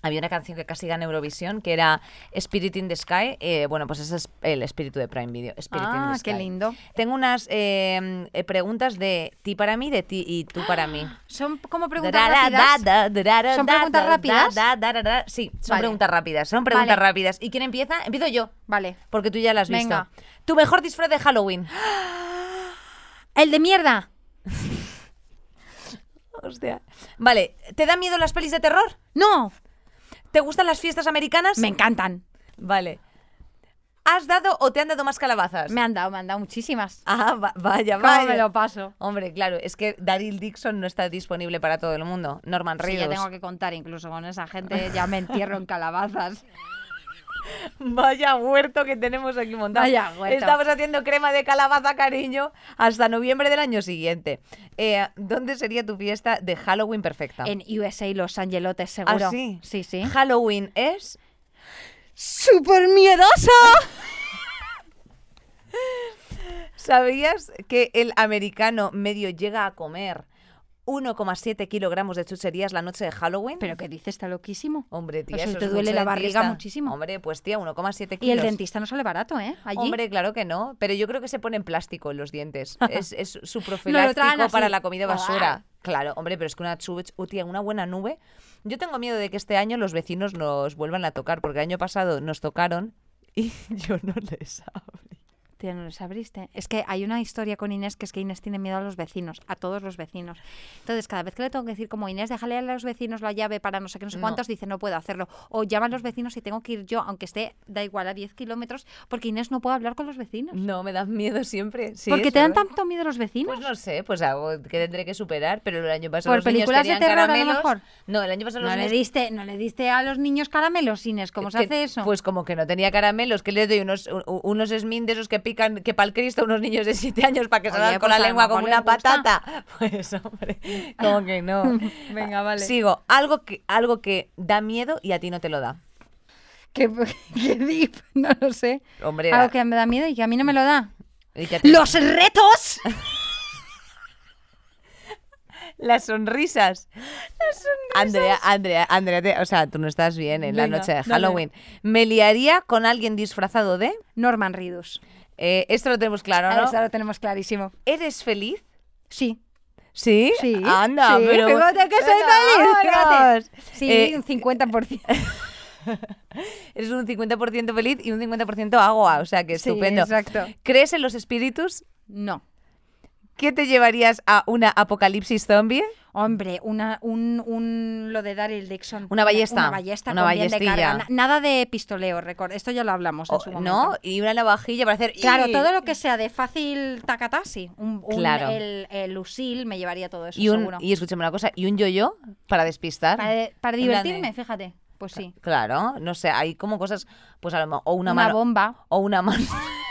C: Había una canción que casi gana Eurovisión, que era Spirit in the Sky. eh, bueno, pues ese es el espíritu de Prime Video. Spirit in
D: Ah,
C: the Sky.
D: qué lindo.
C: Tengo unas eh, eh, preguntas de ti para mí, de ti y tú para mí.
D: Son como preguntas
C: Da, da,
D: rápidas.
C: da, da, da, da,
D: ¿Son
C: da,
D: preguntas
C: da,
D: rápidas?
C: da, da, da, da. Sí, son
D: Vale.
C: preguntas rápidas. Son preguntas
D: Vale.
C: rápidas. ¿Y quién empieza? Empiezo yo,
D: Vale.
C: porque tú ya las has
D: Venga.
C: visto. Tu mejor disfraz de Halloween.
D: ¡El de mierda!
C: Hostia. Vale, ¿te da miedo las pelis de terror?
D: ¡No!
C: ¿Te gustan las fiestas americanas?
D: Me encantan.
C: Vale. ¿Has dado o te han dado más calabazas?
D: Me han dado, me han dado muchísimas.
C: Ah, va- vaya,
D: ¿Cómo
C: vaya.
D: me lo paso?
C: Hombre, claro, es que Daryl Dixon no está disponible para todo el mundo. Norman
D: Sí,
C: Reedus.
D: ya tengo que contar incluso con esa gente. Ya me entierro en calabazas.
C: Vaya huerto que tenemos aquí montado.
D: Vaya huerto.
C: Estamos haciendo crema de calabaza, cariño, hasta noviembre del año siguiente. Eh, ¿Dónde sería tu fiesta de Halloween perfecta?
D: En E. USA y Los Angelotes,
C: ¿Ah,
D: seguro.
C: sí?
D: Sí, sí.
C: Halloween es...
D: ¡Súper miedosa!
C: ¿Sabías que el americano medio llega a comer 1,7 kilogramos de chucherías la noche de Halloween?
D: ¿Pero qué dice? Está loquísimo.
C: Hombre, tía,
D: O sea,
C: eso
D: te
C: es
D: duele
C: mucho
D: la barriga
C: dentista.
D: muchísimo.
C: Hombre, pues tía, 1,7 kilos.
D: Y el dentista no sale barato, ¿eh? Allí.
C: Hombre, claro que no, pero yo creo que se ponen plástico en los dientes. Es, es su
D: No lo
C: profiláctico
D: tragan así.
C: para la comida basura. Claro, hombre, pero es que una chu- chu- tía, una buena nube. Yo tengo miedo de que este año los vecinos nos vuelvan a tocar, porque el año pasado nos tocaron y yo no les abrí.
D: Tía, no les abriste. Es que hay una historia con Inés que es que Inés tiene miedo a los vecinos, a todos los vecinos. Entonces, cada vez que le tengo que decir, como Inés, déjale a los vecinos la llave para no sé qué, no sé
C: No.
D: cuántos, dice, no puedo hacerlo. O llaman los vecinos y tengo que ir yo, aunque esté, da igual, a 10 kilómetros, porque Inés no puede hablar con los vecinos.
C: No, me dan miedo siempre. Mm, Sí,
D: porque
C: es
D: te dan
C: verdad.
D: tanto miedo los vecinos.
C: Pues no sé, pues algo que tendré que superar, pero el año pasado
D: Por
C: los niños
D: películas de
C: querían
D: terror, a lo
C: caramelos.
D: mejor.
C: No, el año pasado
D: No
C: los
D: le
C: niños
D: diste, no le diste a los niños caramelos, Inés, ¿cómo se
C: que-
D: hace eso?
C: Pues como que no tenía caramelos, que les doy unos, u- u- unos esmin de esos que pican, que pa'l Cristo, unos niños de 7 años para que
D: Oye,
C: salgan con
D: pues
C: la
D: a lo
C: lengua
D: mejor
C: como
D: les
C: una
D: gusta.
C: patata. Pues hombre, como que no.
D: Venga, vale.
C: Sigo, algo que, algo que da miedo y a ti no te lo da.
D: ¿Qué, qué deep, no lo sé.
C: Hombre,
D: Algo
C: a-
D: que me da miedo y que a mí no me lo da.
C: y que a ti-
D: ¡Los retos!
C: Las sonrisas. Andrea, Andrea, Andrea, te- o sea, tú no estás bien en la
D: Venga,
C: noche de
D: dale.
C: Halloween. Me liaría con alguien disfrazado de...
D: Norman Reedus.
C: eh, esto lo tenemos claro,
D: Ahora
C: ¿no?
D: lo tenemos clarísimo.
C: ¿Eres feliz?
D: Sí.
C: ¿Sí?
D: Sí,
C: Anda,
D: sí,
C: pero...
D: fíjate que soy
C: Pero,
D: feliz, fíjate.
C: Dios.
D: Sí,
C: Eh,
D: un 50%.
C: eres un 50% feliz y un 50% agua, o sea que
D: Sí,
C: estupendo.
D: exacto.
C: ¿Crees en los espíritus?
D: No.
C: ¿Qué te llevarías a una apocalipsis zombie?
D: Hombre, una, un, un- lo de Daryl Dixon.
C: Una ballesta.
D: Una ballesta
C: Una
D: con bien de
C: ballestilla.
D: carga. Na- Nada de pistoleo, record. Esto ya lo hablamos Pues en
C: O-
D: su momento.
C: Oh, ¿No? Y una navajilla para hacer...
D: Claro, todo lo que sea de fácil tacatasi. Un, un-
C: Claro.
D: el, el Lucille me llevaría todo eso,
C: Y, un-
D: seguro.
C: y escúchame una cosa, y un yo-yo para despistar.
D: Para, de- para
C: En plan de-
D: divertirme, fíjate. Pues sí.
C: Claro, no sé, hay como cosas, pues a lo mejor, o una,
D: Una,
C: mano,
D: bomba.
C: o una mano,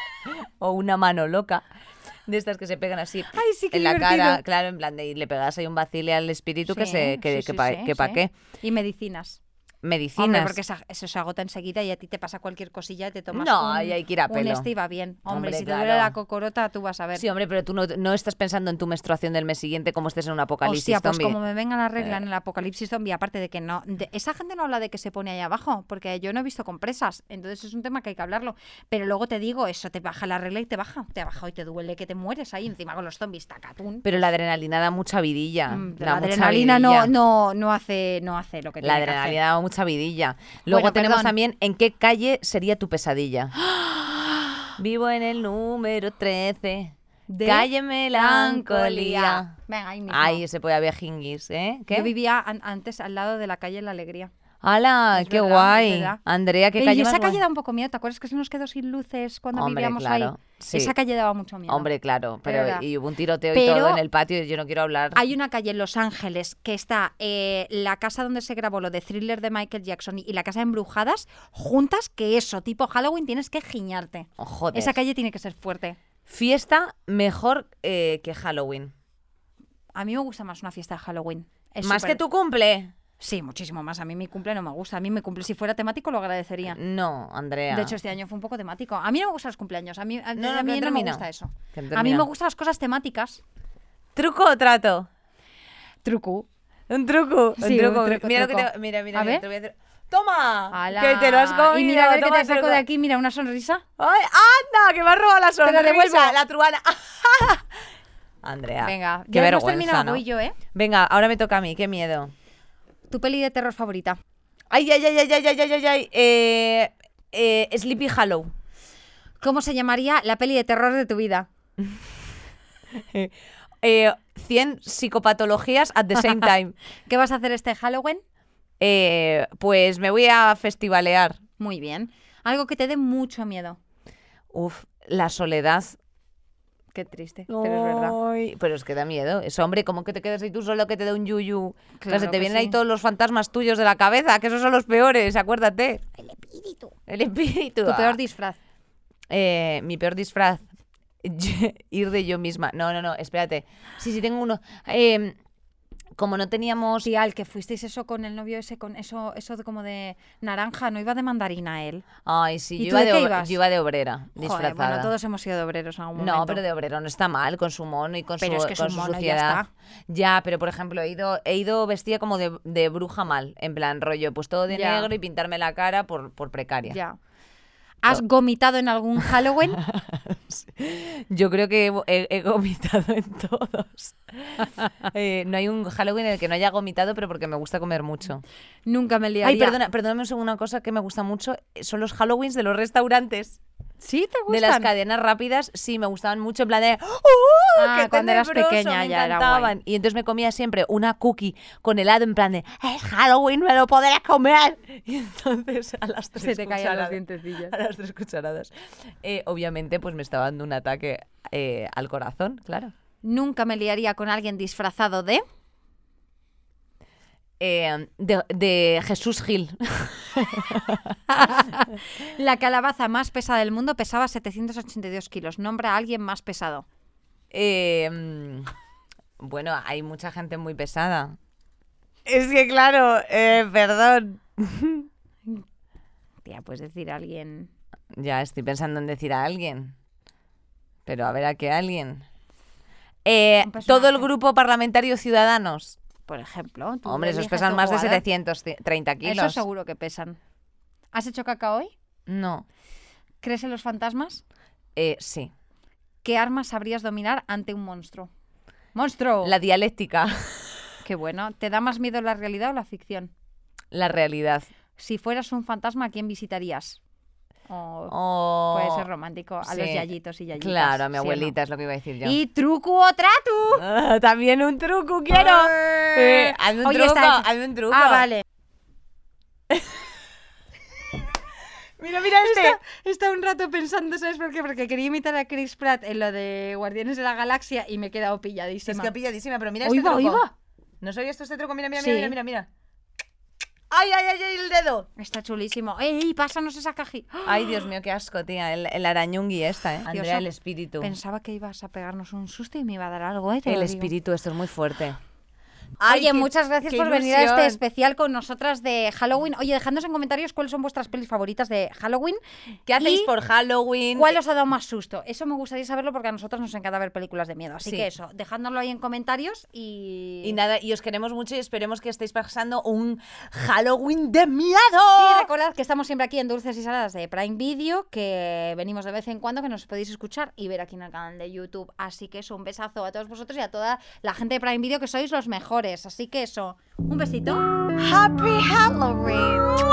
C: o una mano loca, de estas que se pegan así
D: sí, qué
C: en la
D: divertido.
C: cara, claro, en plan de, y le pegas ahí un vacile al espíritu que
D: Sí,
C: se, que,
D: sí,
C: que
D: sí,
C: pa,
D: sí,
C: que pa'
D: sí.
C: qué,
D: Y medicinas.
C: medicinas.
D: Hombre, porque se- eso se agota enseguida y a ti te pasa cualquier cosilla y te tomas
C: No,
D: un,
C: ahí hay que ir a
D: un
C: pelo.
D: este y va bien. Hombre,
C: Hombre,
D: si te duele la
C: claro.
D: cocorota, tú vas a ver.
C: Sí, hombre, pero tú no, no estás pensando en tu menstruación del mes siguiente como estés en un apocalipsis
D: Hostia, pues
C: zombie. Eh.
D: como me venga la regla en el apocalipsis zombie, aparte de que no... de- esa gente no habla de que se pone ahí abajo, porque yo no he visto compresas, entonces es un tema que hay que hablarlo. Pero luego te digo, eso te baja la regla y te baja, te baja y te duele que te mueres ahí encima con los zombies, tacatún.
C: Pero la adrenalina da mucha vidilla.
D: Mm,
C: da
D: la
C: mucha
D: adrenalina no,
C: vidilla.
D: no, no, hace, no hace lo que
C: La
D: tiene que hacer.
C: adrenalina da mucha vidilla. Luego
D: Bueno,
C: tenemos
D: perdón.
C: también en qué calle sería tu pesadilla. Vivo en el número 13.
D: De
C: Calle Melancolía.
D: Venga, ahí mismo.
C: Ay, ese puede haber jinguis, ¿eh? ¿Qué?
D: Yo vivía an- antes al lado de la calle La Alegría.
C: ¡Hala!
D: Es
C: ¡Qué
D: verdad, es
C: guay!
D: verdad.
C: Andrea, qué
D: Pero
C: calle
D: y esa
C: más
D: calle
C: guay?
D: da un poco miedo, ¿te acuerdas que se nos quedó sin luces cuando
C: Hombre,
D: vivíamos
C: claro,
D: ahí?
C: sí.
D: Esa calle daba mucho miedo.
C: Hombre, claro, pero
D: verdad.
C: y hubo un tiroteo y
D: Pero
C: todo en el patio y yo no quiero hablar.
D: Hay una calle en Los Ángeles que está eh, la casa donde se grabó lo de thriller de Michael Jackson y la casa de embrujadas juntas, que eso, tipo Halloween, tienes que giñarte.
C: Oh, joder.
D: Esa calle tiene que ser fuerte.
C: Fiesta mejor eh, que Halloween.
D: A mí me gusta más una fiesta de Halloween. Es
C: Más
D: súper-
C: que tu cumple.
D: Sí, muchísimo más. A mí mi cumple no me gusta. A mí mi cumple, si fuera temático, lo agradecería.
C: No, Andrea.
D: De hecho, este año fue un poco temático. A mí no me gustan los cumpleaños. A mí, a,
C: No, no,
D: a mí
C: que
D: no me
C: termina.
D: gusta eso.
C: Que
D: A mí me
C: termina.
D: gustan las cosas temáticas.
C: ¿Truco o trato?
D: Truco.
C: Un truco,
D: Sí,
C: un truco.
D: un truco,
C: mira,
D: truco.
C: Lo que te, mira, mira,
D: A
C: mira,
D: ver.
C: te voy a hacer- ¡Toma!
D: ¡Hala!
C: Que te lo has comido.
D: Y mira a ver qué
C: toma
D: te
C: el
D: saco
C: truco.
D: de aquí. Mira, una sonrisa.
C: ¡Ay, anda! Que me has robado la
D: la
C: sonrisa,
D: devuelvo.
C: la truana. Andrea,
D: Venga,
C: qué
D: ya hemos
C: vergüenza,
D: terminado.
C: ¿no?
D: Voy yo, ¿eh?
C: Venga, ahora me toca a mí, qué miedo.
D: Tu peli de terror favorita.
C: Ay, ay, ay, ay, ay, ay, ay, ay, ay. Eh, eh, Sleepy Hollow.
D: ¿Cómo se llamaría la peli de terror de tu vida?
C: Eh, 100 psicopatologías at the same time.
D: ¿Qué vas a hacer este Halloween?
C: Eh, pues me voy a festivalear.
D: Muy bien. Algo que te dé mucho miedo.
C: Uf, la soledad.
D: Qué triste, pero
C: Oh.
D: es verdad.
C: Ay, pero es que da miedo. Es hombre, ¿cómo que te quedas ahí tú solo que te da un yuyu? Claro,
D: Claro
C: se te
D: que
C: vienen ahí
D: sí.
C: todos los fantasmas tuyos de la cabeza, que esos son los peores, acuérdate.
A: El espíritu.
C: El espíritu.
D: Tu
C: ah.
D: peor disfraz.
C: Eh, mi peor disfraz. Ir de yo misma. No, no, no, espérate. Sí, sí, tengo uno. Eh, como no teníamos.
D: Sí, al que fuisteis eso con el novio ese, con eso, eso de como de naranja, no iba de mandarina él.
C: Ay, sí,
D: ¿Y
C: yo
D: tú
C: iba
D: de
C: de,
D: qué
C: obre-
D: ibas?
C: yo iba de obrera,
D: Joder,
C: disfrazada.
D: bueno, todos hemos sido de obreros en algún momento.
C: No, pero de obrero no está mal, con su mono y con
D: Pero
C: su,
D: es que es
C: con
D: un
C: su
D: mono y ya
C: suciedad.
D: está.
C: Ya, pero por ejemplo, he ido, he ido vestida como de, de bruja mal, en plan rollo, pues todo de
D: Ya.
C: negro y pintarme la cara por, por precaria.
D: Ya. ¿Has gomitado en algún Halloween?
C: Yo creo que he, he gomitado en todos. Eh, no hay un Halloween en el que no haya gomitado, pero porque me gusta comer mucho.
D: Nunca me liaría.
C: Ay, perdona, perdóname un segundo, una cosa que me gusta mucho eh, son los Halloweens de los restaurantes.
D: ¿Sí te gustan?
C: De las cadenas rápidas, sí, me gustaban mucho en plan de ¡Uh!
D: Ah,
C: ¡Qué
D: cuando eras
C: tenebroso!
D: pequeña
C: me
D: ya era guay.
C: encantaban. Y entonces me comía siempre una cookie con helado en plan de ¡Es Halloween, me lo podrás comer! Y entonces a las tres
D: Se te caían los
C: cucharadas-
D: dientecillos.
C: a las tres cucharadas. Eh, obviamente, pues me estaba dando un ataque eh, al corazón, claro.
D: Nunca me liaría con alguien disfrazado de...
C: Eh, de, de Jesús Gil.
D: La calabaza más pesada del mundo pesaba 782 kilos. Nombra a alguien más pesado.
C: Eh, mm, bueno, hay mucha gente muy pesada. Es que, claro,
D: eh,
C: perdón.
D: Tía, puedes decir a alguien...
C: Ya estoy pensando en decir a alguien. Pero a ver a qué alguien. Eh,
D: Un personaje.
C: todo el grupo parlamentario Ciudadanos.
D: Por ejemplo. tú
C: Hombre, esos
D: eliges
C: pesan
D: tu
C: más de
D: guada.
C: 730 kilos.
D: ¿eh? Eso seguro que pesan. ¿Has hecho caca hoy?
C: No.
D: ¿Crees en los fantasmas?
C: Eh, sí.
D: ¿Qué armas sabrías dominar ante un monstruo? ¡Monstruo!
C: La dialéctica,
D: Qué bueno. ¿Te da más miedo la realidad o la ficción?
C: la realidad.
D: Si fueras un fantasma, ¿a quién visitarías? O
C: O-
D: Puede ser romántico. A los
C: sí.
D: yayitos y yayitas.
C: Oh. Claro, a mi
D: ¿sí o no?
C: abuelita es lo que iba a decir yo.
D: ¡Y truco o tratu!
C: Ah, también un truco quiero. Eh, hazme un
D: Oye,
C: truco,
D: está-
C: hazme un truco.
D: Ah, vale.
C: Mira, mira este.
D: Está, está un rato pensando, ¿sabes por qué? Porque quería imitar a Chris Pratt en lo de Guardianes de la Galaxia y me he quedado
C: Es
D: pilladísima.
C: que pilladísima, pero mira
D: Oiga,
C: este truco.
D: oiga.
C: ¿No soy esto este truco? Mira, mira,
D: Sí.
C: mira, mira, mira. ¡Ay, ay, ay, ay, el dedo!
D: Está chulísimo. ¡Ey, pásanos esa cajita!
C: Ay, Dios mío, qué asco, tía. El, el arañungui esta, ¿eh? Andrea, el espíritu.
D: Pensaba que ibas a pegarnos un susto y me iba a dar algo, ¿eh? Te
C: El
D: lo digo.
C: espíritu, esto es muy fuerte.
D: Oye, muchas gracias por venir a este especial con nosotras de Halloween. Oye, dejadnos en comentarios cuáles son vuestras pelis favoritas de Halloween.
C: ¿Qué hacéis
D: y
C: por Halloween?
D: ¿Cuál os ha dado más susto? Eso me gustaría saberlo porque a nosotros nos encanta ver películas de miedo. Así
C: Sí.
D: que eso, dejádnoslo ahí en comentarios y...
C: Y nada, y os queremos mucho y esperemos que estéis pasando un Halloween de miedo.
D: Y recordad que estamos siempre aquí en Dulces y Saladas de Prime Video, que venimos de vez en cuando, que nos podéis escuchar y ver aquí en el canal de YouTube. Así que eso, un besazo a todos vosotros y a toda la gente de Prime Video, que sois los mejores. Así que eso, un besito.
A: Happy Halloween.